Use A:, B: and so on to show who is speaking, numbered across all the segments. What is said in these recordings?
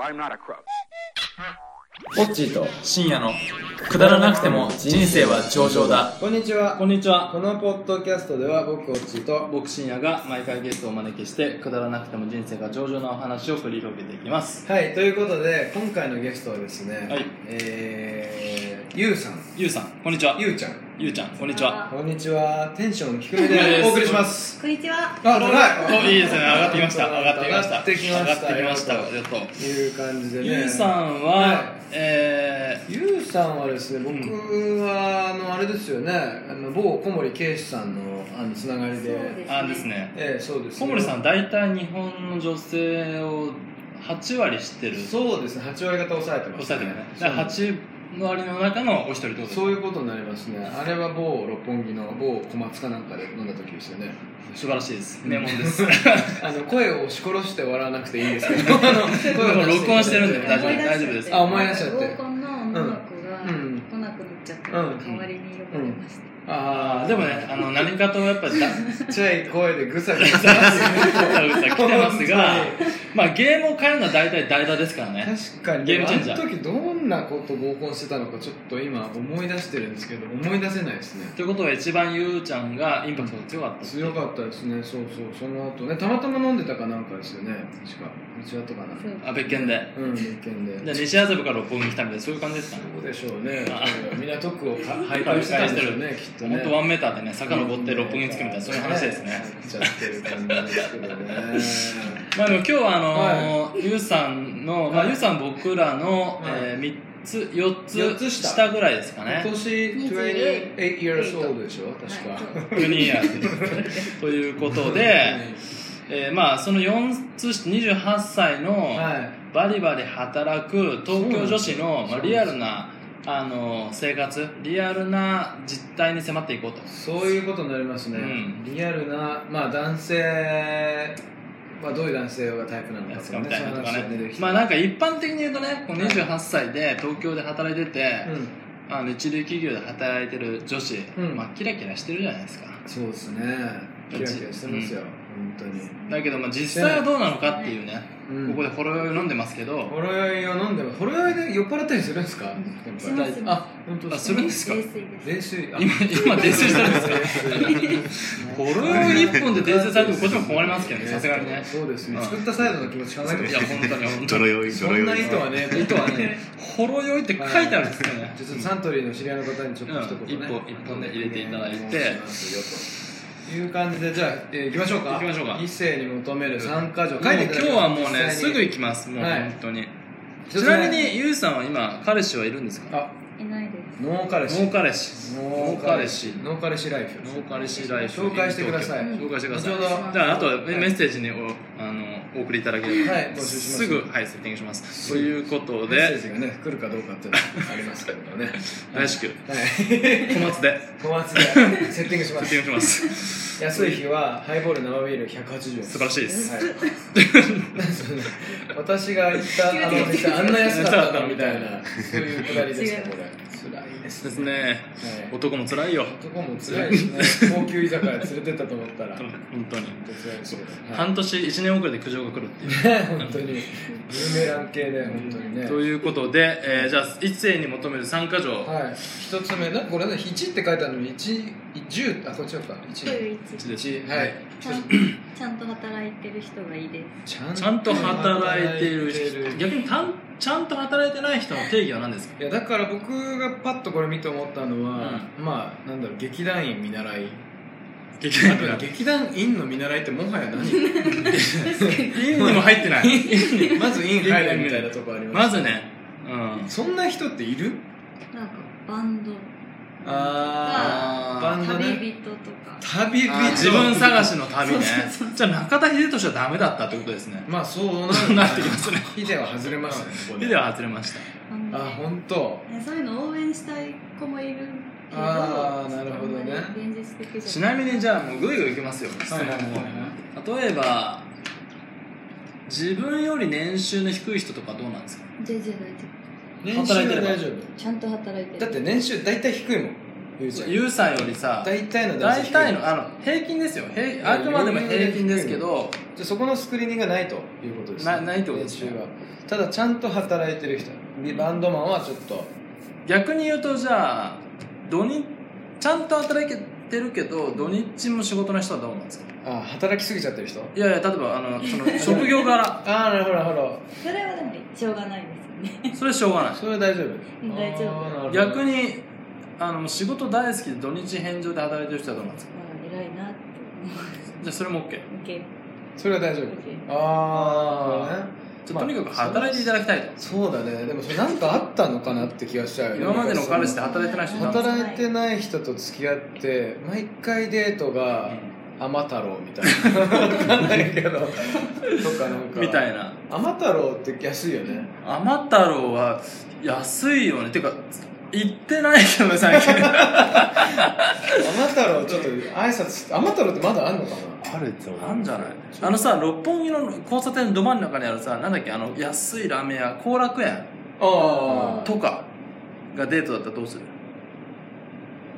A: I'm not a crook.
B: ポッチーと
C: 深夜のくだらなくても人生は上々だ
B: こんにちは
D: こんにちは
B: このポッドキャストでは僕ポッチーと
D: 僕深夜が毎回ゲストをお招きしてくだらなくても人生が上々なお話を繰り広げていきます
B: はいということで今回のゲストはですね、
D: はい
B: えー、ゆうさん
D: ゆうさんこんにちは
B: ゆうちゃん
D: ゆうちゃんこんにちは
B: こんにちはテンション低
D: 低
B: め
D: め
B: で
D: です
B: お送りします
E: こんにちは。
B: あ高
D: おいいですね上がってきました上がってきました
B: 上がってきま
D: 上
B: した
D: がってきましたちょっと
B: という感じでね
D: ゆうさんは、
B: はい
D: え
B: ゆうさんはですね僕はあのあれですよねあの某小森圭司さんのあのつながりで
E: そうです
D: ー、あですね
B: ええそうです
D: 小
B: ね
D: 森さん大体日本の女性を8割知ってる
B: そうですね8割方抑えてます
D: 抑えてるねだから8割の中のお一人ってことです
B: そういうことになりますねあれは某六本木の某小松かなんかで飲んだ時ですよね
D: 素晴らしいです名門です
B: あの声を押し殺して笑わなくていいんですけ どあの声を
D: 録音してるんで
B: 出
D: 大
B: し
D: 丈夫
B: て
D: 大丈夫です
B: あ思い出しちゃって
E: 合コンの女の子が
B: うん
E: 来なくなっちゃったから代わりに呼ばれました。
B: ああ
D: でもね あの何かとやっぱりだ
B: ちっちゃい声でぐさぐさ
D: 来てますが、まあ、ゲームを変えるのは大体代打ですからね。
B: 確かに
D: ゲームチェンジャー
B: あの時どんなこと合コンしてたのかちょっと今思い出してるんですけど思い出せないですね
D: ということは一番ゆうちゃんがインパクトが強かったっていう
B: 強かったですねそうそうその後ねたまたま飲んでたかなんかですよね確か道だったかな
E: そう
D: あ別件で
B: うん一見で
D: で西麻布から六本木来たみたいなそういう感じですかね
B: そうでしょうね
D: あ
B: 港区をか徘徊してたんでしょうねきっと
D: 本
B: ね
D: 当ワンメーターでね遡って六本木に着くみたいなそういう話ですね
B: 入っ ちゃってる感じですけどね
D: まあでも今日はあのーゆうさんの、ま
B: は
D: あ、
B: い
D: ゆうさん僕らの、
B: はい
D: えー、3つ4つ
B: 四つ下
D: 下ぐらいですか
B: 今
D: ね
B: 年28 years old でしょ確
E: はい
B: か
D: ユニアということ で、えーまあその4つ下28歳の、
B: はい
D: バリバリ働く東京女子の、まあ、リアルなあの生活リアルな実態に迫っていこうと
B: そういうことになりますね、
D: うん
B: リアルな、まあ、男性、まあ、どういう男性がタイプなの
D: や
B: か
D: つ
B: と
D: か
B: か
D: み
B: ね、
D: たいなとか
B: そういう話が出て
D: ね
B: きて
D: まあなんか一般的に言うとねこの28歳で東京で働いてて、
B: うん、
D: あの一流企業で働いてる女子、
B: うん
D: まあ、キラキラしてるじゃないですか
B: そうですね、キラキラしてますよ、本当に。
D: だけどまあ実際はどうなのかっていうね、
B: うん、
D: ここでほろ酔い飲んでますけど、
B: ほろ酔いを飲んでも、ほろ酔いで酔っ払ったりするんですか、やっぱり
E: します
B: あ本当で
D: あ
B: す
D: するんですか
E: 冷静です。
B: 冷水、
D: 今
B: あ
D: 今泥酔してるんですか ほろ酔い一本で泥酔されてもこっちも困りますけど ねさすがにね
B: そうですね、
D: うん
B: 作ったサイドの気持ち考えてほし
D: いや本当に本当
F: ド
D: に
F: ロ酔い、
B: そ
F: ドロ
B: んな
F: 酔
B: 意
F: い。
B: 図はね、
D: 糸はね、ほろ酔いって書いてあるんですよね。
B: ちょっとサントリーの知り合いの方にちょっと一言
D: うん
B: ね、
D: 一本一本で入れていただいて
B: お願ますよという感じでじゃあ、えー行きましょうか
D: 行きましょうか
B: 一斉に求める参加条
D: もう今
B: ていた
D: 日
B: だきます
D: はもうね、
B: 実
D: す
B: 際に
D: ぐ行きます、もう
B: はい
D: 本当に。
B: 一
D: ち
B: つ目
D: なみに、ゆうさんは今、彼氏はいるんですか
B: あ
E: いないです。
B: ノー彼氏
D: ノー彼氏。ノ
B: ノ
D: ー
B: ー
D: 彼
B: 彼
D: 氏
B: 氏。ノー彼氏ライフ
D: ノー彼氏ライフ。
B: 紹介してください
D: 紹介してください。
B: 後ほ
D: じゃあ、あとメッセージにおあのお送りいただければ、
B: はい募集します
D: すぐ、はい、セッティングします。ということ
B: メッセー
D: で、
B: ジがね来るかどうかっていうのはありますけどね
D: 大至急、
B: はい
D: 小松で
B: 小松でセッティングし
D: セ
B: ま
D: ッティング
B: す
D: します。
B: 安い日はハイボール生ビール180円
D: 素晴らしいです。
B: はいそうね私が行ったあのお店あんな安かったのみたいなそういうくだりです ねこれ辛いです
D: ですね、
B: はい
D: 男も辛いよ。
B: 男も辛いですね高級居酒屋連れてったと思ったら 本
D: 本当に。
B: 当辛いですけどはい
D: 半年、1年遅れで苦情が来るっていう。
B: 本当に有名ラン系ね本当にね
D: ということで、えーじゃあ一斉に求める参加条、
B: はい、一つ目、なんかこれね、1って書いてあるのに、1、10、あ、こっちのか、1。
D: 一
E: 11
D: です
B: 1はい、
E: ちゃんちゃんと働いてる人がいいです。
B: ちゃん
D: ちゃんと働いている
B: 働いてる
D: 人逆にたんちゃんと働いてない人の定義は何ですか
B: いやだから僕がパッとこれ見て思ったのは、まあなんだろう劇団員見習い
D: 劇団
B: あ と劇団員の見習いってもはや何
D: 員にも入ってない
B: まず員入るみたいなとこありま す
D: まずね、うん、
B: そんな人っている
E: なんかバンド、
B: あーバンドね
E: 旅人とか。
B: 旅人
D: あ自分探
B: し
D: しの旅ねじゃあ中田秀俊はダメだったってことですね
B: まあそうな
D: そうなってきますね
B: ヒデは外れましたねここで
D: 秀では外れました
E: バンド
B: あ本当
E: えそういうの応援したい子もいるけど。
B: あーなるほどね
E: ちょっとあんまり現実的じゃ
D: ちなみにじゃあもうグイグイいきますよ質問
B: はいはいはい
D: を例えば自分より年収の低い人とかどうなんですか
E: じゃあじゃあ大丈夫
B: 年収は大丈夫
E: ちゃんと働いてる。
B: だって年収大体低いもんゆうちゃん
D: ゆうさんよりさ
B: 大体の男性
D: 大
B: 低い
D: 体のあの平均ですよ平あくまでも平均ですけど
B: じゃあそこのスクリーニングがないということです、
D: なないってことですね
B: 練習はただちゃんと働いてる人バンドマンはちょっと
D: 逆に言うとじゃあ土日ちゃんと働いてるけど土日も仕事の人はどうなんですか
B: あ働きすぎちゃってる人
D: いやいや例えばあのそ の職業柄
B: ああなるほどなるほど
E: それはでもしょうがないですよね
D: それしょうがない
B: それは大丈夫
E: うん大丈夫
B: あーなるほど
D: 逆にあの仕事大好きで土日返上で働いてる人はどうなんですか
E: あー偉いなって思
D: じゃあそれも OK
E: う OK
B: それは大丈夫
E: OK
B: ああなるほどね
D: じゃ
B: ま
D: あ
B: あ
D: とにかく働いていただきたいと
B: そうだねでもそれなんかあったのかなって気がしちゃうよね
D: 今までの彼氏で働いてない人なんですか
B: 働いてない人と付き合って毎回デートが天太郎みたいなわかんないけどとかなんか
D: みた
B: い
D: いな
B: 天太郎って安いよね
D: 天太郎は安いよねてか行ってないけどね最近
B: 天太郎ちょっと挨拶して天太郎ってまだあんのかな
A: あると思う
D: なんじゃないあのさ六本木の交差点のど真ん中にあるさなんだっけあの安いラーメン屋後楽園
B: ああ
D: とかがデートだったらどうする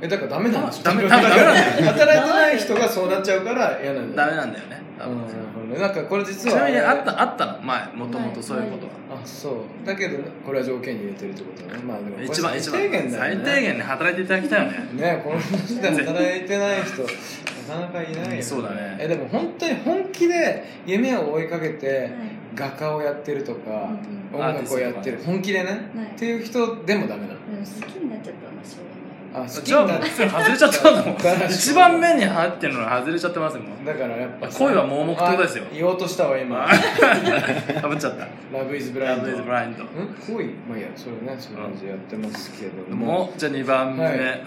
B: えだからダメなんでしょ
D: ダメダメダメなんだよ
B: 働いてない人がそうなっちゃうから嫌なんだ
D: ダ
B: よ
D: メなんだよね多
B: うん
D: 分
B: なるほどねなんかこれ
D: ち
B: 実は
D: なみにあったあったの前もともとそういうことは
B: あそうだけどこれは条件に入れてるってことねまあでもこれ
D: 一番一番
B: 最低限だよ
D: 最
B: ね
D: 低限ね働いていただきたいよね
B: ねこの時代働いてない人なかなかいないよ、
D: そうだね
B: えでも本当に本気で夢を追いかけて
E: はい
B: 画家をやってるとか
E: うんうん
B: 音楽をやってる本気でね
E: ない
B: っていう人でもダメなの
E: うん好きになっちゃったのはしょうが
B: あ好き
D: じゃあ
B: に
D: も
B: な
D: う
B: っ
D: 普通に外れちゃったんだもん
B: だから
D: 一番目に入ってるのに外れちゃってますよ もう
B: だからやっぱさ
D: 恋は盲目ってことですよ
B: あ言おうとしたわ今
D: かぶっちゃった
B: 「ラブイズブライ
D: ラ
B: ンド
D: ブイズブラインド
B: ん恋まあいいやそれねそういう感じでやってますけど
D: もうじゃあ2番目
B: は
D: はいい、
B: はい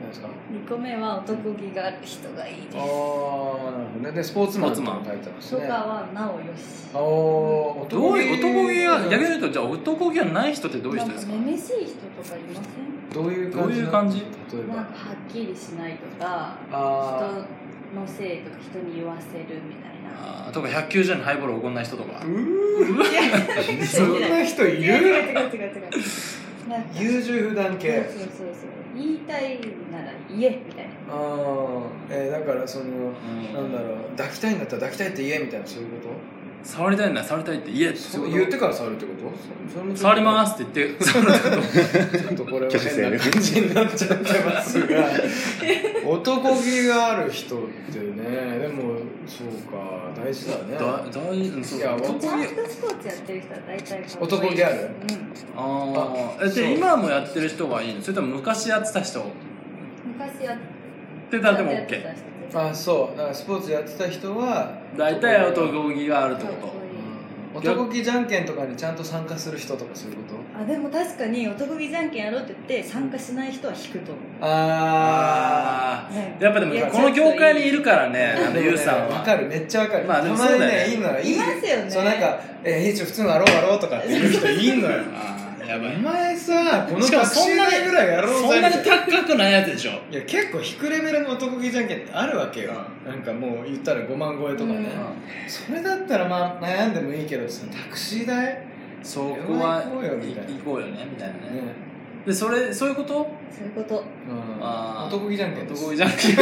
B: 何ですか
E: ない2個目は男気がある人がいいです
B: ああなるほどねでスポーツマンって書いてます
E: と
B: ね
E: かはなおよし
B: あー
D: どういう男気が逆に
B: に
D: 言うとじゃあ男気がない人ってどういう人ですか
E: なんかめめしい人とかいませ
B: どういう
D: ど
B: 感
D: う
B: じ
D: いう
B: なの
D: 感じ
B: 例え
E: んなん
B: ば
E: かはっきりしないとか
B: あ
E: 人のせいとか人に言わせるみたいな
D: あーとか190にハイボール怒んない人とか
B: あうー
E: いや違う違う
B: そんな人い
E: 違う違う
B: る
E: 違う違う違うなんか
B: 優柔不断系
E: そうそうそうそう言いたいなら言えみたいな
B: ああえーだからその
D: うん
B: なんだろう抱きたいんだったら抱きたいって言えみたいなそういうこ
D: 触りたいなら触りたいって言えって
B: と
D: こと
B: 言ってから触るってことそそれも
D: 触りますすって言 って触るってこと
B: ちょっとこれは変な感じになっちゃってますが 男気がある人ってねでもそうか大事だね
D: だ大うんそう
B: いや
D: 男
E: ち
D: 気
E: ゃんとスポーツやってる人は大体かっこいい
B: 男気ある
D: あ
B: あ
D: あ
B: そう
D: で今もやってる人がいいのそれとも昔やってた人
E: うん昔やって
D: でたでも
E: やってた
D: OK
E: 人です
B: あそうだからスポーツやってた人は
D: 大体男気があるって
E: かっ
D: こ
E: こいい
B: 男気じゃんけんとかにちゃんと参加する人とかそういうこと
E: あでも確かに男気じゃんけんやろうって言って参加しない人は引くと思う
D: と
B: あ
D: ああ
E: ね
D: やっぱでもこの業界にいるからね
B: ー
D: あのゆうさん
B: わ
D: は
B: かるめっちゃわかる、
D: まあでも
B: たまに
D: そうだよ
B: ね
D: ね
B: いいのよい
E: いま
B: い
E: すよね
B: そうなんか「えー、平地普通のあろうあろう」とかって言う人いい のよ
D: あーや
B: お
D: ばい
B: 前さこの
D: しかも
B: 学
D: そん
B: 習
D: なに
B: 代ぐらいやろうぜ
D: そんなに
B: みたい
D: 高くないやつでしょ
B: ないや結構引くレベルの男気じゃんけんってあるわけよ、なんかもう言ったら5万超えとかね、それだったらまあ悩んでもいいけどさタクシー代ね
D: そこは
B: 行こうよみたいない
D: 行こうよねみたいなねでそれそういうこと
E: そういうこと
B: うん
D: あー
B: 男気じゃんけんです
D: 男気じゃんけ
E: ち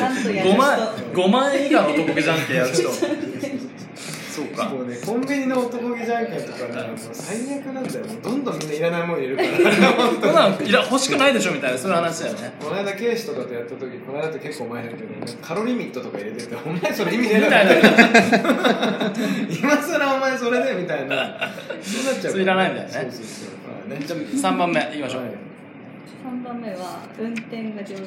E: ゃんとや
D: ん
E: る
D: 5
E: 人
D: 万5万円以下の男気じゃんけんやる人そうか
B: もうね、コンビニの男気じゃんけんとかね、もう最悪なんだよ。もうどんどんみんないらないもんいるから。本
D: そん
B: 当
D: な
B: に
D: のいら欲しくないでしょみたいなそういう話だよね
B: この間、ケイシとかとやった時、この間って結構前だけど、なんかカロリーミットとか入れてて、お前それ意味
D: み
B: ねえ
D: た
B: だろ。
D: いな
B: 今更お前それでみたいな。そうなっちゃうから。
D: それいらないみたいなね
B: そうそうそう。まあね。
D: じゃあ3番目いきましょう、
B: はい
E: 3番目は運転が上手な人
B: なる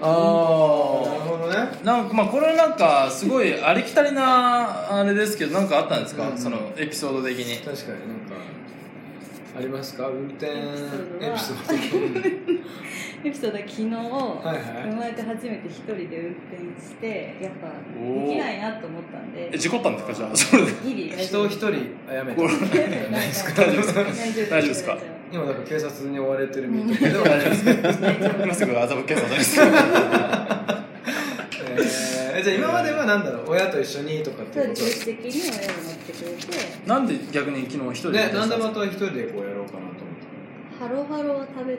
D: あ
B: ほどね。
D: あなんかまあこれなんかすごいありきたりなあれですけどなんかあったんですか、
B: うん
D: そのエピソード的に
B: 確かになんか、ありますか運転エピ
E: ピ
B: ソ
E: ソ
B: ード。
E: エピソードは昨日、
B: はいはい
E: 生まれて初めて一人で運転してやっぱできないなと思ったんで
D: え事故ったんですかじゃあそれで
E: ギリ大丈
B: 人
E: 夫
B: 一人あやめて
D: これ
B: ないですか。
E: 大丈
D: 夫
E: 大丈夫
D: 大丈夫ですか
B: 今なんか警察に追われてるみたい
D: 大
B: な。
D: 丈夫 です
E: 大丈夫
D: 今すぐ麻布警察です
B: えーじゃあ今まではなんだろう親と一緒にとかって
E: そ
B: いう
E: う
B: こ
E: 助手席に親が乗ってくれて
D: なんで逆に昨日一
B: と
D: 人
B: ね
D: で
B: なんで
D: も
B: また一人でこうやろうかなと思って
E: ハロハロを食べたくて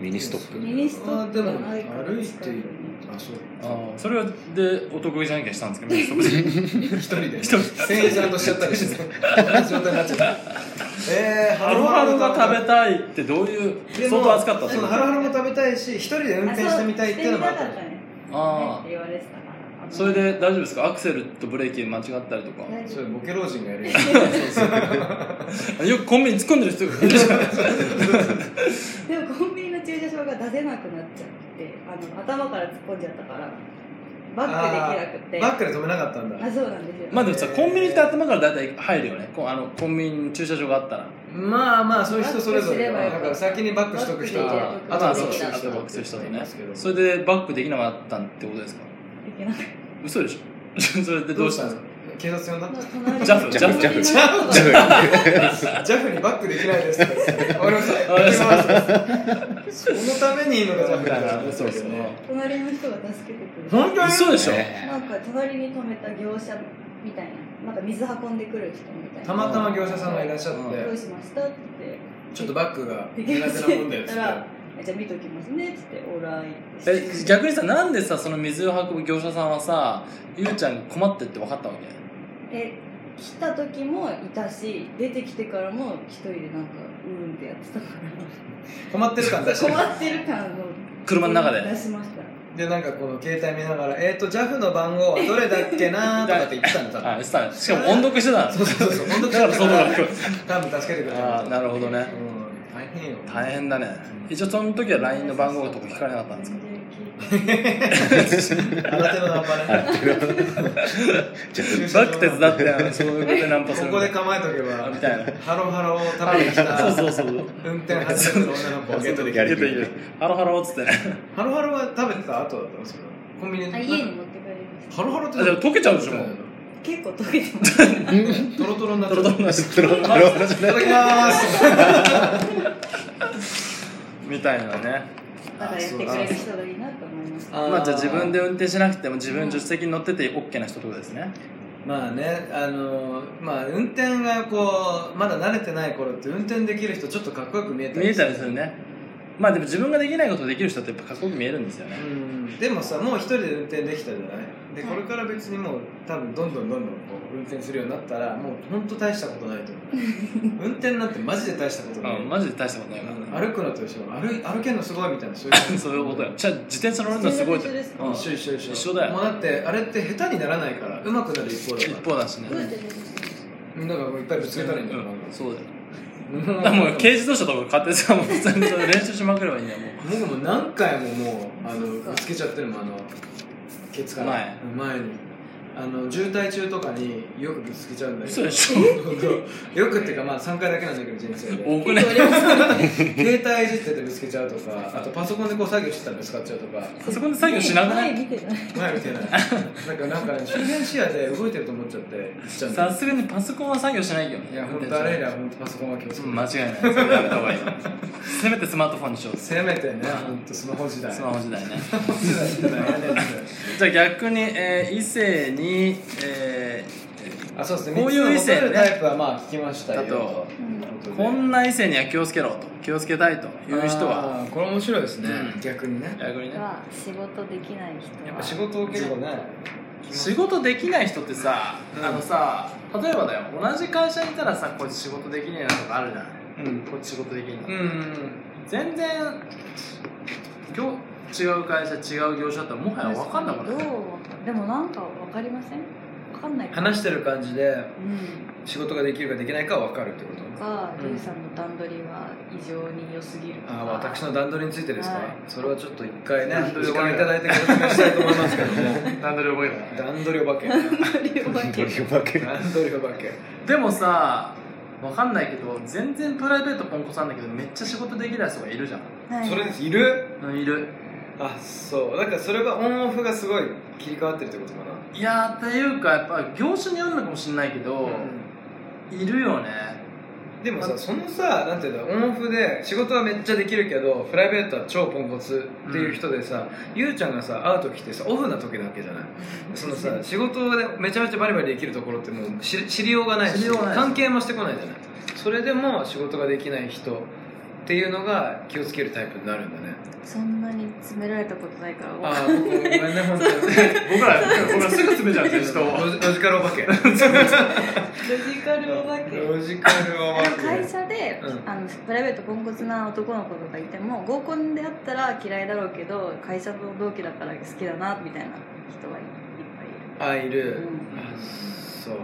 A: ミニストップ
E: ミニスト
B: あ
E: ッ
B: で
E: プ
B: も
E: がないから
B: 歩い
E: 近
B: て
E: よね
B: あそう
D: あーそれはでお得意じゃんけんしたんですけ どミニストップで
B: 一人で
D: 一人
B: 戦車としちゃったりして状態になっちゃったえー、
D: ハロハロが食べたいってどういう
B: で
D: 相
B: も
D: 当暑かったって
B: そ
D: こ
B: の
D: と
B: ハロハロも食べたいし一人で運転してみたいっていうのもあった
E: あそうしてみたかった
D: あ
E: ねって
D: あ
E: 言われてたから
D: それで大丈夫ですかアクセルとブレーキ間違ったりとか
E: 大
B: そ
E: 丈
B: れ
E: 夫
B: ボケ老人がやるよ
D: よくコンビニ突っ込んでる人いる じゃん
E: でもコンビニの駐車場が出せなくなっちゃってあの頭から突っ込んじゃったからバックできなくて
B: バックで止めなかったんだ
E: あそうなんですよ、
D: まあでもさコンビニって頭から大体入るよねこうあのコンビニに駐車場があったら
B: まあまあそういう人それぞれだ
E: バックすればよか
B: な
E: っ
B: ん
E: た
B: か先にバックしとく人
E: バックで
B: は
E: 入れ
D: あ
E: あ
D: と
E: と
D: は
E: は
D: バッ
E: バッ
D: ク
E: ク
D: する
E: する
D: 人
E: 人
D: バックする人だねそ
B: それ
D: れでバックできなかったってことですか
E: できなくて
D: 嘘でしょ それで
B: で
D: ど
B: ど
D: う
B: う
D: し
B: したた
D: んです
B: の
D: か
B: 警察呼んだの
D: ジャフジャフ
A: ジャフ
E: ジャフ
A: ジャ
B: ジャフにバックできないですって終わりました行きますそのためにいいのかジャフだな
D: そうそう
E: 隣の人が助けてくれて
B: 本当に
D: 嘘でしょ
A: ね
E: なんか隣に止めた業者みたいななんか水運んでくる人みたいな
B: たまたま業者さんがいらっしゃって、
E: どうしましたって言って
B: ちょっとバックが
E: で
B: 苦
E: き
B: 手
E: ませんっ
B: なもんだ
E: て
B: よ
E: 言
B: っ
E: っ
B: つ
E: た
B: っ
E: ら
B: て
E: 「じゃあ見ときますね」っつって「オーライ」
D: え逆にさなんでさその水を運ぶ業者さんはさゆうちゃん困ってって分かったわけ
E: え来た時もいたし出てきてからも一人でなんかうーんってやってたか
B: 困ってる感出して
E: ら困ってる感を
D: 車の中で
E: 出しました
B: でなんかこの携帯見ながら「えっ、ー、と JAF の番号はどれだっけな?」とかって言ってたんだ多
D: あ
B: 分
D: したねしかも音読してたの
B: そうそうそう本当
D: だからそ
B: そ
D: ん
B: う
D: な
B: だ
D: の聞こ
B: 多分助けて
D: え
B: くれ
D: た
B: た
D: あーなるほどね
B: うん大変よ
D: 大変だね
B: うん
D: 一応その時は LINE の番号とか聞かれなかったんですか
E: 全然聞いて
B: 新手のナンパね
A: ジャ
B: 駐
A: フ
B: 車
D: バ
B: 場
D: ック手伝ってあのそういうことでナンパす
B: こ
D: る
B: こで構えとけば
D: みたいな
B: ハロハロを食べに来た
D: そうそうそう
B: 運転始めた女の子をゲットでき
A: や
B: る
A: りくり
D: るハロハロっつってね
B: ハロハロは食べてた後だったんですけどコンビニ
E: あ家に持って帰りました
B: ハロハロって
D: あじゃあ溶けちゃうでしょもう
E: 結構溶けてました
B: トロトロになっ
D: ト
B: ちゃ
D: ロ
B: う
D: トロない
A: プロプロじゃ
B: いただきます
D: みたいなね
E: だからやってくれる人がいいなと思いました
D: まあじゃあ自分
B: で
D: で運転しなくても自分助手席に乗ってて OK な人ってことですね
B: まあねあのまあ運転がこうまだ慣れてない頃って運転できる人ちょっとかっこよく見えた
D: 見えたり
B: す
D: するねまあでも自分ができないことできる人ってやっぱかっこよく見えるんですよね
B: うんでもさもう一人で運転できたじゃないでこれから別にもう多分どんどんどんどんこう運転するようになったらもう本当大したことない と思う運転なんてマジで大したことない、
D: うんマジで大したことないからね
B: うん歩くのと一緒歩い歩けるのすごいみたいなそういう感じ
D: そういうことよじゃあ自転車乗るのすごいと
E: 自転車ですか
D: うん
B: 一緒一緒一緒
D: 一緒だよ
B: もうだってあれって下手にならないから上手くなる一方だから
D: 一方だしね
E: どうやって出てきたんですか
B: みんながもういっぱいぶつけたらいいんだよ、なんか
D: うんそうだよ
B: も
D: だからもう軽自動車とか買ってさもう普通にそれ練習しまくればいいんだよもう
B: 僕も何回ももうあの
E: そっか
B: ぶつけちゃってるもんあのケツから
D: 前
B: 前にあの渋滞中とかによくぶつけちゃうんだけ
D: 嘘
B: ど
D: でしょ
B: 本当よくっていうかまあ3回だけなんだけど人生で
D: 多くね
B: 携帯いじっててぶつけちゃうとかあとパソコンでこう作業してたらぶつかっちゃうとか
D: あそこで作業しなくない
E: 前見てない
B: 前見てないなんかなんかね周辺視野で動いてると思っちゃってちゃうんだよ
D: さすがにパソコンは作業しないけどね
B: いや本当あれ以来本当パソコンは気をつけ
D: う
B: て
D: ん間違いないそれやめた方がいいせめてスマートフォンにしよう
B: せめてね本当スマホ時代
D: スマホ時代ね
B: スマホ時代って悩んでるんだよ
D: じゃあ逆に、えー異性に、え
B: あそうですね
D: こういう異
B: 3つの
D: 性ね
B: 持てるタイプはまあ聞きましたよ
D: だと
B: とい
D: ー
B: うことで
D: こんな異性には気をつけろと気をつけたいという人は
B: あーこれ面白いですね、
D: うん
B: 逆にね
D: 逆にね
E: は仕事できない人は
B: やっぱ仕事を結構ね
D: 仕事できない人ってさ、
B: うん
D: あのさ例えばだよ同じ会社にいたらさこいつ仕事できねえなとかあるじゃない
B: うん
D: こいつ仕事できんの、
B: うん
D: 全然業違う会社違う業種だったらもはや分かんなく
E: どう
D: ない
E: わかでもなんかわかりませんわかんない
B: 話してる感じで
E: うん
B: 仕事ができるかできないかは分かるってこと
E: か、
B: うん
E: リュウさんの段取りは異常に良すぎるとか
B: あー私の段取りについてですか、
E: はい
B: それはちょっと一回ね
D: 段取り
B: 時間いただいてご説明したいと思いますけども
D: 段取り覚えない
B: 段取りお化け
E: 段取りは
A: ない
E: 結構
A: 鳥お化け
B: 段取りお化け
D: でもさ分かんないけど全然プライベートポンコツなんだけどめっちゃ仕事できない人がいるじゃん、
E: はい
B: それですいる
D: うん、いる
B: あそうだからそれがオンオフがすごい切り替わってるってことかない
D: やーっていうかやっぱ業種によるのかもしれないけど、いるよね
B: でもさそのさなんていうのオンオフで仕事はめっちゃできるけどプライベートは超ポンコツっていう人でさ、ゆうちゃんがさ会う時ってさオフな時なわけじゃないそのさ仕事でめちゃめちゃバリバリできるところってもう知知りようがないし
D: 知りようがない
B: 関係もしてこないじゃないそれでも仕事ができない人っていうのが気をつけるタイプになるんだね
E: そんなに詰められたことないからわ
B: あ
E: か
B: あ
E: んない
B: 僕ごめんね本当に
D: 僕ら、僕らすぐ詰めちゃうん ですよ、人を。
B: ロジロジカルお化け
E: ロジカルお化け
B: ロジカルお化け
E: 会社で、
B: うん
E: あのプライベートポンコツな男の子とかいても合コンであったら嫌いだろうけど会社の同期だから好きだなみたいな人はいっぱいいる
B: あいる、
E: うん
B: あそう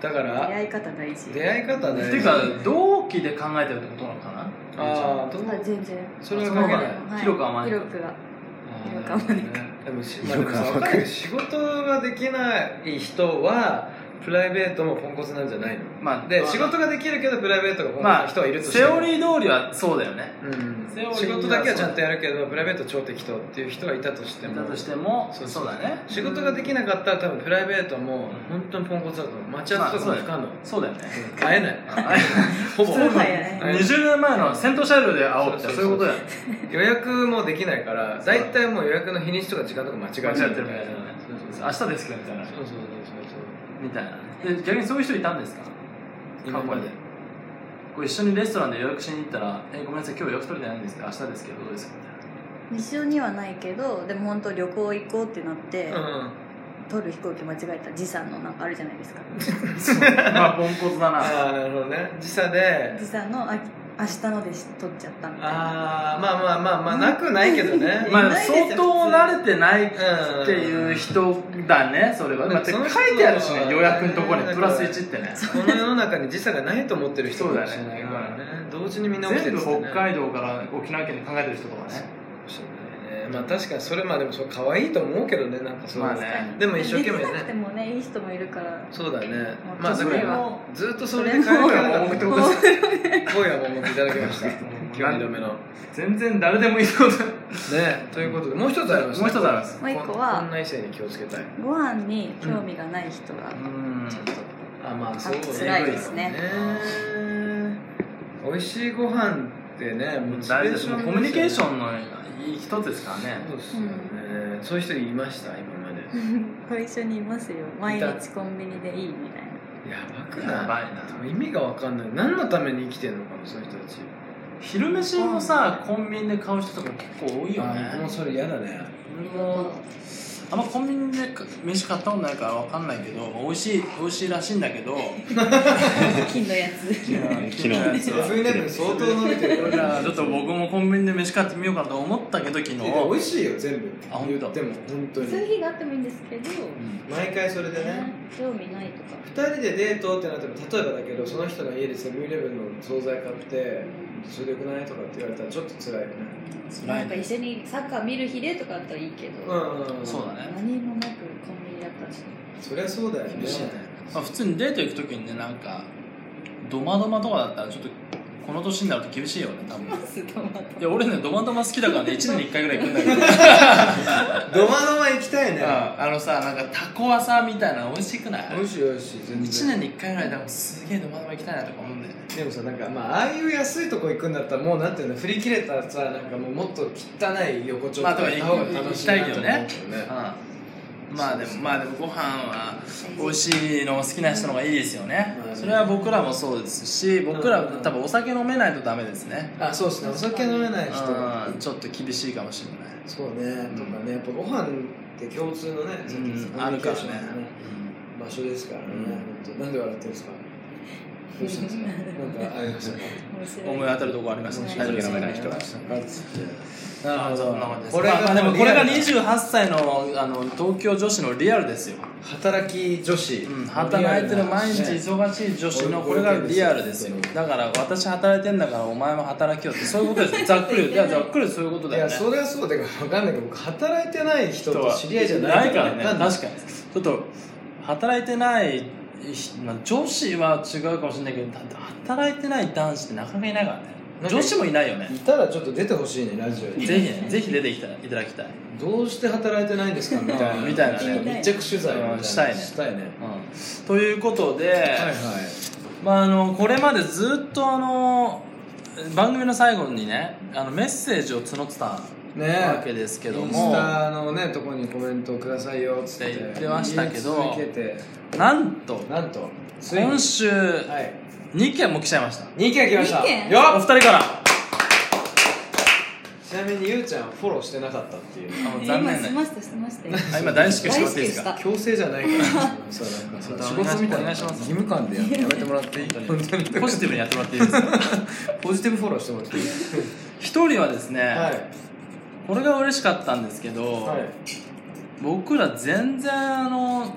B: だから
E: 出会い方大事
B: 出会い方ね
D: っていうか、同期で考えてるってことなのかな
B: ああどう
E: あ全然
B: それは関係ない
E: はい
D: 広く甘い
E: 広くは広く
B: あ
E: 甘い
B: ーでもし、まあ、
A: 広く甘い
B: でもさわかるよ仕事ができない人はプライベートもポンコツなんじゃないの
D: まあ、
B: で仕事ができるけどプライベートがポンコツな人はいるとして
D: セ
B: も、
D: オリー通りはそうだよね。
B: うん
D: セオリーは
B: 仕事だけはちゃんとやるけどプライベート超適当っていう人がいたとして
D: だ
B: も
D: としても、
B: そう
D: そうだね。
B: 仕事ができなかったら多分プライベートも本当にポンコツだと思う待ち合わせとかも不可能、
D: そうだよね。
B: 会えない ほぼ
E: 普通はや
B: はい
D: 20年前の先頭車両で会おうって、
B: そう
D: そう
B: そうそう
D: いうことだよ。
B: 予約もできないから大体もう予約の日にちとか時間とか間違え
D: 間違ってるみたいな
B: ね
D: ね
B: そうそう。そう
D: 明日ですけど、みたいな。
B: そうそうそう
D: みたいな。で、逆にそういう人いたんですか
B: そう
D: 過去で。こう一緒にレストランで予約しに行ったら、え、ごめんなさい、今日予約取れてないんですけど、明日ですけど、どうですかみたいな。
E: 一緒にはないけどでも本当旅行行こうってなって、
B: うん
E: 取る飛行機間違えた時差のなんかあるじゃないですか
D: まあ、ポンコツだな。
B: ああなるほどね時差で
E: 時差のあ明日ので取っちゃったみたいな
B: ああまあまあまあまあなくないけど ね
D: まあ、
E: ないですよ
D: 相当慣れてないっ
B: うん
D: ていう人だね、それは。
B: うん
D: だって
B: そ
D: 書
B: の
D: い
B: 人は
D: てあるしね、予約のところ
B: う
D: に
B: ん
D: プラス1ってね。
B: この世の中に時差がないと思ってる人かもしれないから
D: そう
B: ね同時にみんな起きて
D: 全
B: る
D: 部
B: っつってね
D: 北海道から沖縄県で考えてる人とかね。
B: かもしれないねまあ確かにそれまあでもそれ可愛いと思うけどねなんかそう、
D: まあね。
B: でも一生懸命
E: できなくて
B: ね
E: もねいい人もいるから
B: そうだね
E: もう
B: まあだ
E: そ
B: か
E: れ
B: ら
E: は
B: ずっとそれで帰られた
D: 僕
B: っ
D: ってて
B: こ
D: ことと
B: で
D: ですす
B: 今夜ももういただきました今日2度目のね
D: 全然誰でもいいことだ。
B: ということでもう一つあります
D: もう一つあります。
E: もう一個
B: こん
E: は
B: な異性に気をつけたい
E: ご飯に興味がない人が
D: うん。
E: ちょっと
B: あまあそうだね
E: 辛いですね
B: ね美味しいご飯ってねモチベ
D: 大事
B: ー
D: で
B: シ
D: す
B: ョ
D: ね。
B: ンですよね
D: コミュニケーションの一つですからね。
B: そうですよね、そういう人いました今まで
E: これ一緒にいますよ毎日コンビニでいいみたいな
B: やばく
D: や
B: な
D: ばいな。
B: い意味がわかんない何のために生きてんのかなそういう人たち
D: 昼飯をさ、コンビニで買う人とか結構多いよ
B: あ
D: ね
B: あ。もうそれ嫌だね
D: 俺もあんまコンビニで飯買ったことないから分かんないけど美味しい美味しいらしいんだけど
E: 金のや つ
A: 昨日
B: 通年分相当伸びて
D: だからちょっと僕もコンビニで飯買ってみようかなと思ったけど昨日
B: 美味しいよ全部
D: あ本当
B: でも本当
E: そういう
B: に
E: 日があってもいいんですけど、
B: 毎回それでね
E: 興味ないとか、
B: 2人でデートってなっても例えばだけどその人の家でセブンイレブンの惣菜買ってそれでよくないとかって言われたらちょっと辛いよね
E: なんか一緒にサッカー見る日でとかあったらいいけど、
B: うん、うん、
D: そうだね、
E: 何もなくコンビニだったらちょっ
B: そりゃそうだよね
D: 厳しいねまあ、普通にデート行く時にねなんかドマドマとかだったらちょっとこの年になると厳しいよね多分
E: とス トマト
D: いや俺ねドマドマ好きだからね1年に1回ぐらい行くんだ けど
B: ドマドマ行きたいね
D: ああのさなんかタコワサみたいなの美味しくない
B: 美味しい美味しい全然
D: 1年に1回ぐらいでもすげえドマドマ行きたいなとか思うんだよね
B: でもさなんかまあああいう安いとこ行くんだったらもうなんていうの振り切れたさなんかもうもっと汚い横丁と
D: ま
B: か
D: あとか
B: 行った方が楽しいなと思
D: 行
B: う
D: きうんまあでもまあでもご飯は美味しいの好きな人の方がいいですよね
B: まあね
D: それは僕らもそうですし僕ら多分お酒飲めないとダメですね
B: あそうですねお酒飲めない人
D: うんちょっと厳しいかもしれない
B: そうねとかねやっぱご飯って共通のねさっき
D: うん
B: コミュニケーション
D: あるからね
B: 場所ですからね
D: うん
B: 本当なんで笑ってるんですかどうしたんですかなんかあり ましたか
E: 面白い
D: 思い当たるとこありましたね
E: 大丈夫
A: 飲めない人が
D: なるほど
B: これが
D: まあでもこれが
B: リアル
D: 28歳のあの東京女子のリアルですよ
B: 働き女子
D: うん働いてる毎日忙しい女子のこれがリアルですよだから私働いてんだからお前も働きよってそういうことですよざっくりいやざっくりそういうこと
B: い
D: だよ
B: や
D: ね
B: それはそうだから分かんないけど僕働いてない人と知り合いじゃない
D: からね確
B: わんな
D: か
B: い
D: にちょっと働いてない、まあ、女子は違うかもしれないけどだって働いてない男子ってなかなかいないからね
B: なんか
D: 女子もいないよね
B: いたらちょっと出てほしいねラジオに
D: ぜひねぜひ出てきたいただきたい、
B: どうして働いてないんですかみたいな
D: うんみたいな
E: ね
B: 密着取材みたいな
D: うんしたいね
B: したいね
D: うん、ということで、
B: はいはい
D: まああのこれまでずっとあの番組の最後にねあのメッセージを募ってたわ
B: ね
D: けですけど
B: イン
D: も
B: スタのねとこにコメントくださいよっつって
D: って言ってましたけど
B: 言い続けて
D: なんと
B: なんとついに
D: 今週
B: はい
D: 2件も来ちゃいました
B: 2件来ました
E: 二件
B: よ
D: お二人から
B: ちなみにゆうちゃんフォローしてなかったっていう
D: あの
E: え
D: 残
E: 今
D: 念
E: し
D: な
E: ましたしてましたよ
D: あ今大至急してもらっていいですか
E: 大至急
B: 強制じゃないからそうなんかそう 仕事みたい
D: お
B: な
D: 願いします
C: 義務感でやめてもらっていい
D: 本当にポジティブにやってもらっていいです か
B: ポジティブフォローしてもらっていい
D: 一人はですね、
B: はい
D: これが嬉しかったんですけど、
B: はい
D: 僕ら全然あの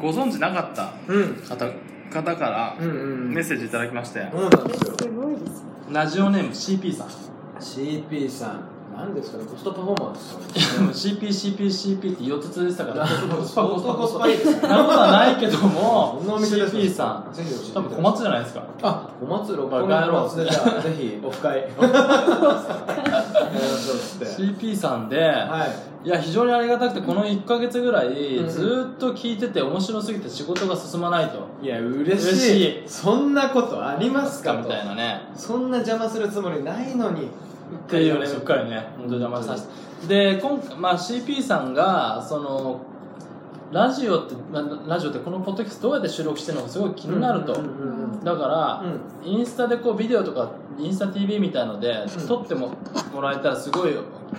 D: ご存知なかった
B: うん
D: 方方から
B: うんうん
D: メッセージいただきまして、
B: そうなんですよ
E: したすごいですね
D: ラジオネーム CP さん
B: CP さん何ですかねコストパフォーマンス
D: CPCPCP って4つ続いてた からコスパコスパコスパ
B: いいです
D: な
B: ね
D: ことはないけども
B: そんなお店です
D: CP さん
B: ぜひ教えて
D: 多分小松じゃないですか
B: あ小松六本木
D: バカ野
B: の
D: 郎
B: 小松でじゃあぜ ひオフ会やりましょうっつって
D: CP さんで、
B: はい
D: いや非常にありがたくてこの1か月ぐらい
B: うん
D: ずーっと聞いてて面白すぎて仕事が進まないと
B: いや嬉しい
D: 嬉しい
B: そんなことありますか
D: みたいなね
B: とそんな邪魔するつもりないのにう
D: っていうねうっかりね本当に邪魔させてで今回、まあ、CP さんがそのラジオってまあラジオってこのポッドキャストどうやって収録してるのかすごい気になると、
B: うんうんうんうん
D: だから、
B: うん
D: インスタでこうビデオとかインスタ TV みたいので、
B: うん
D: 撮ってももらえたらすごい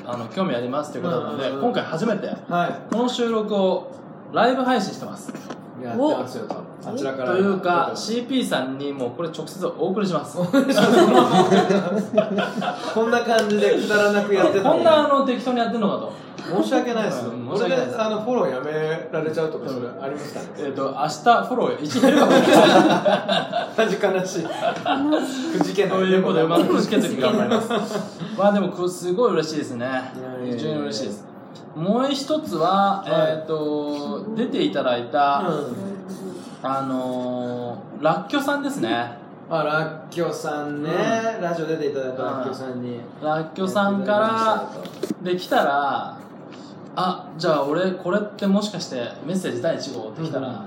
D: あの興味ありますということなので、
B: うんうんうん
D: 今回初めて
B: は
D: この収録をライブ配信してます
B: いやってますよとあちらから
D: というか CP さんにもうこれ直接お送りします
B: こんな感じでくだらな くやってた
D: こんなあの適当にやってんのかと
B: 申し訳ないです
D: うん
B: こ
D: 申し
B: れ
D: 訳
B: で
D: ないです
B: あのフォローやめられちゃうとかそれありましたね
D: えっ、と明日フォロー1減るかもしれない
B: マジ悲しいくじけない
D: ということで、まずくじけずに頑張り
B: ま
D: ます。 まあでも、これすごい嬉しいですね
B: いやいや。いや
D: 非常に嬉しいです。もう一つは、
B: はい
D: えっ、と、出ていただいた、
B: うん
D: あのー、らっきょさんですね。
B: あらっきょさんねラジオ出ていただいたらっきょさんに
D: らっきょさんから、できたら、あ、じゃあ俺、これってもしかしてメッセージ第1号ってきたら、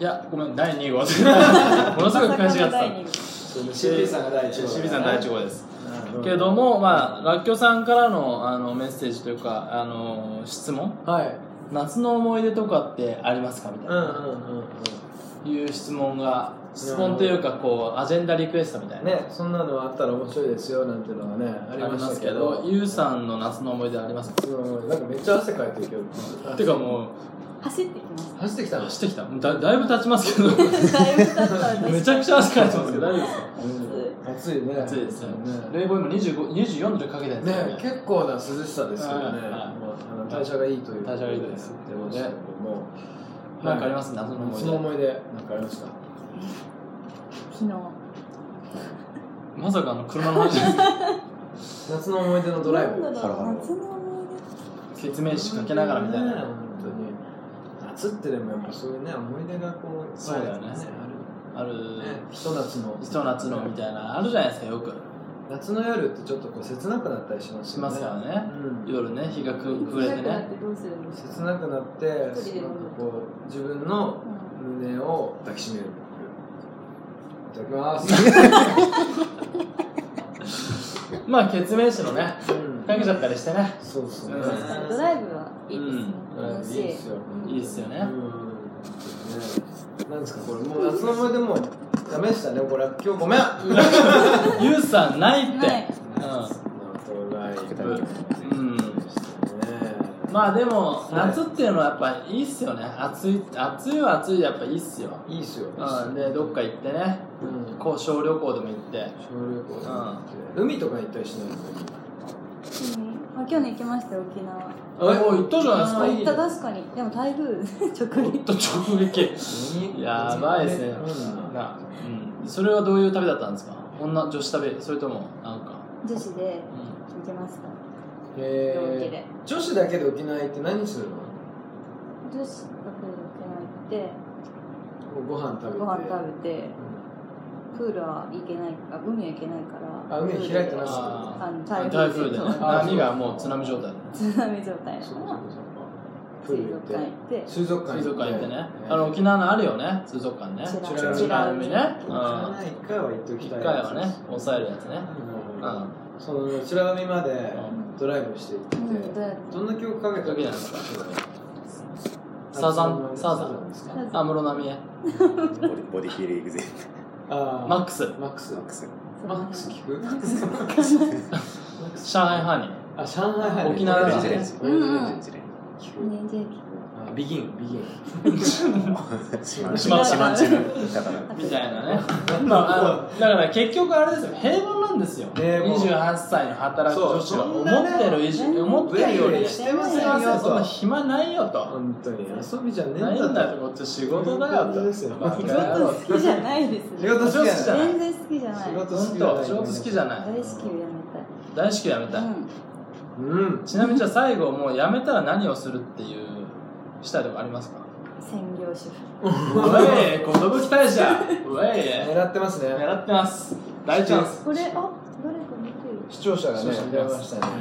D: いや、ごめん、第2号って。 ものすごい悔しがってた。
B: CP さんが第一号
D: CP さん第1号です。
B: うん
D: けども、まあ、らっきょさんからのあのメッセージというか、あの質問、
B: はい
D: 夏の思い出とかってありますかみたい
B: うんう
D: な、
B: んうん
D: いう質問が、質問というか、こう、アジェンダリクエストみたいな、
B: うんねそんなのあったら面白いですよなんてのはねあ
D: あ
B: り
D: り
B: ま
D: ま
B: し
D: す
B: た
D: け
B: けど
D: ど、ゆうさんの夏の思い出ありますか
B: うんなんかめっちゃ汗かいてるけど
D: てかも
E: 走ってきまし
B: 走ってきた
D: う、
B: の
D: 走ってきた。だだいぶ経ちますけ ど、
E: ただいぶ経ったんです
D: めちゃくちゃ汗かいてますけど、大丈夫ですか
B: うん暑いね
D: 暑いですよ
B: ね
D: 冷房今25 24度かけてるんですよ
B: ね結構な涼しさですけどね
D: はいはい
B: まああの代謝がいいという
D: 代謝がいいです
B: でもねもう
D: なんかあります、夏の思い
B: 夏
D: 出
B: の。思い出なんかありました
E: 昨日
D: まさかあの車の話ですか
B: 夏の思い出のドライ
E: なん
B: ブ
E: だろう夏の思い
D: 説明しかけながらみたい
B: ね
D: な。
B: 本当に夏ってでもやっぱそういうね思い出がこう
D: そうだよね
B: あ
D: あ
B: る
D: る
B: よねひと夏の
D: ひと夏のみたいなあるじゃないですかよく
B: 夏の夜ってちょっとこう切なくなったりします
D: しますからね
B: うん
D: 夜ね日がく
E: 出
D: 暮れてね
E: どうするんです
B: 切なくなってなんかこう自分の胸を抱きしめるいただきます、
D: まあ決面師のね
B: うん
D: かけちゃったりして ね
B: そうそうね
D: うん
E: ドライブはいいですね
B: ドライ
E: 楽
B: ブ
E: し
B: いい
E: い
B: ですよ
D: いいですよ
B: う
D: ね
B: んなんですかこれもう夏の思い出もうダメでしたねこれ今日ごめん
D: ゆうさんないって、
E: はい
B: ドライ
D: う
B: ブね
D: ん、うん、まあでも夏っていうのはやっぱいいっすよね暑い暑いは暑いでやっぱいいっすよ、
B: いいっすよ
D: うん、でどっか行ってね
B: うん
D: こう小旅行でも行って
B: 小旅行って海とか行ったりしないの
E: うんあ去年行きましたよ沖縄
D: おい行ったじゃないです
B: あ
D: か
B: ー
E: 行った確かにでも台風直
D: ちょっ
E: 撃
D: と直撃やばいですね
B: うん
D: な、うん、それはどういう旅だったんですか女女子旅それともなんか、
E: 女子
D: うん、
E: で行きました
B: へ
E: 同期
B: ー
E: で
B: 女子だけで沖縄行って何するの
E: 女子だけで行
B: ご飯食べ
E: って
B: て
E: ご飯食べて
B: うん
E: プールは行けないあ海は行けないから
B: あ海は開いてない
E: あ
D: あ
E: の
D: ー
E: 台
D: 台
E: 風
D: 風
E: で
D: でね
E: そう
B: あー
D: 波がもう津波状態
E: 津波状態だ
B: そ
E: か
B: う
E: ら
B: かそうかプ
E: 水
B: ール行っ
E: 族館行
B: て
E: って
B: 水族館
D: 水族館行ってね
B: うん
D: あの沖縄のあるよね水族館ね
E: 美
B: 美ら海
E: ら海
D: 美ら海ね
B: 沖縄一回は行って
D: う
B: お
D: ん
B: き
D: 一
B: たい
D: 回はね抑えるやつね
B: うん
D: うん
B: その美ら海までドライブして行って
E: うんどうやって
B: どんな曲かけた
D: かけたんですかサザンサザン
B: ですか
E: サザン
D: 安室奈美恵
A: ボディボディヒーリングゼ
B: あー
D: マックス
B: マックス
A: ックス
B: マックス聞く
E: その辺
D: 上海ハニーあ上海
B: はい
D: 沖縄
A: オレ
D: だ
A: ンジレンジ。
E: うんうん
A: オレンジレンジ。聞
E: ねじゃ
B: あビギンビギン
A: く。島
D: 島根
A: 島チム。だから。
D: みたいなね、まあ、あのだから結局あれですよ平凡なんですよ
B: 平凡
D: 28歳の働く女子は
B: そう
D: 思
B: そんなね
D: ってる以上
E: 何
D: 思ってるより
E: してませんよ
D: そんな暇ないよと
B: 本当に遊びじゃねえん
D: ないん
B: だ
D: だ
B: と
D: とこっち仕事だよ
B: 本当
D: と
B: ですよ
D: バカ
E: き
D: 野郎
E: 仕事好きじゃないです
B: 仕事好きじゃない
E: 全然好きじゃない
B: 仕事好
D: 本
B: きだ
D: 当仕事好きじゃない
E: 大好きをやめたい
D: 大好きやめたい、
E: うん
B: うん
D: ちなみにじゃあ最後もうやめたら何をするっていうしたいとかありますか
E: 専業主婦
D: うえい寿大社うえ
B: 狙ってます
D: い
B: ね
D: 狙ってます大チャンス
E: これあ誰か見てる
B: 視聴者がね
D: 視聴者
B: 出ましたね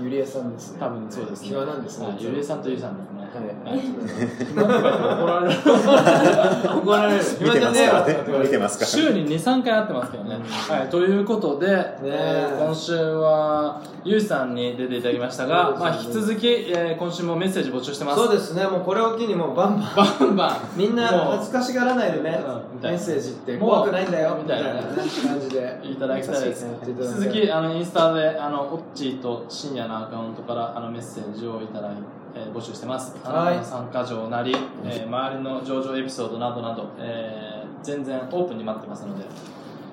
D: う
B: うんゆりえさんですね
D: 多分そうですね
B: 暇なんですね
D: はいゆりえさんとゆりさんですね
B: はい
D: ありがとうござい ます暇とか言って怒られ る
B: 怒られる
A: 見てますからね。見てますから。
D: 週に23回会ってますけどね、
B: うん
D: はい、ということで、えー今週はゆうさんに出ていただきましたが、まあ、引き続き、えー今週もメッセージ募集してます
B: そうですねもうこれを機にもうバンバン
D: バンバン
B: みんな
D: もう
B: 恥ずかしがらないでね
D: うんみた
B: メ
D: いな
B: ッセージって怖くないんだよ
D: もう
B: みたいな
D: みたい
B: 感じで
D: いただきたいですね。
B: 優しい
D: 引き続き、あの、インスタで、あの、オッチーと深夜のアカウントから、あの、メッセージをいただいて、えー募集してます。
B: は
D: あ
B: い
D: の参加状なり、えー周りの上場エピソードなどなど、えー全然オープンに待ってますので、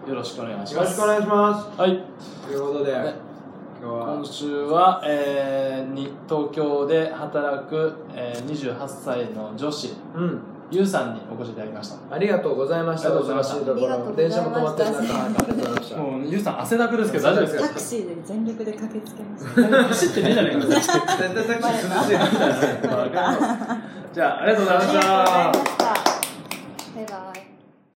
D: よろしくお願いし
B: よ
D: ま
B: ろし
D: す。
B: くお願いしま
D: はい。
B: すということで
D: ね
B: 今日は
D: 今週は、えーに東京で働く、えー28歳の女子、
B: うん
D: ゆうさんにお越しいただきまし
B: ありがとうございました。
D: ありがとうございました。
B: お忙しところ
E: ありがとうござい
B: 電車
E: ました
B: も止まってる中、ありがとうございましたた。
D: もう、ゆうさん汗だくですけど、大丈夫です
E: タ
D: か
E: クシーで全力で駆けつけました
D: 走ってねえじゃねえか。
B: 絶対タクシー涼しい。
D: じゃあ、ありがとうございました。
E: ありがとうございました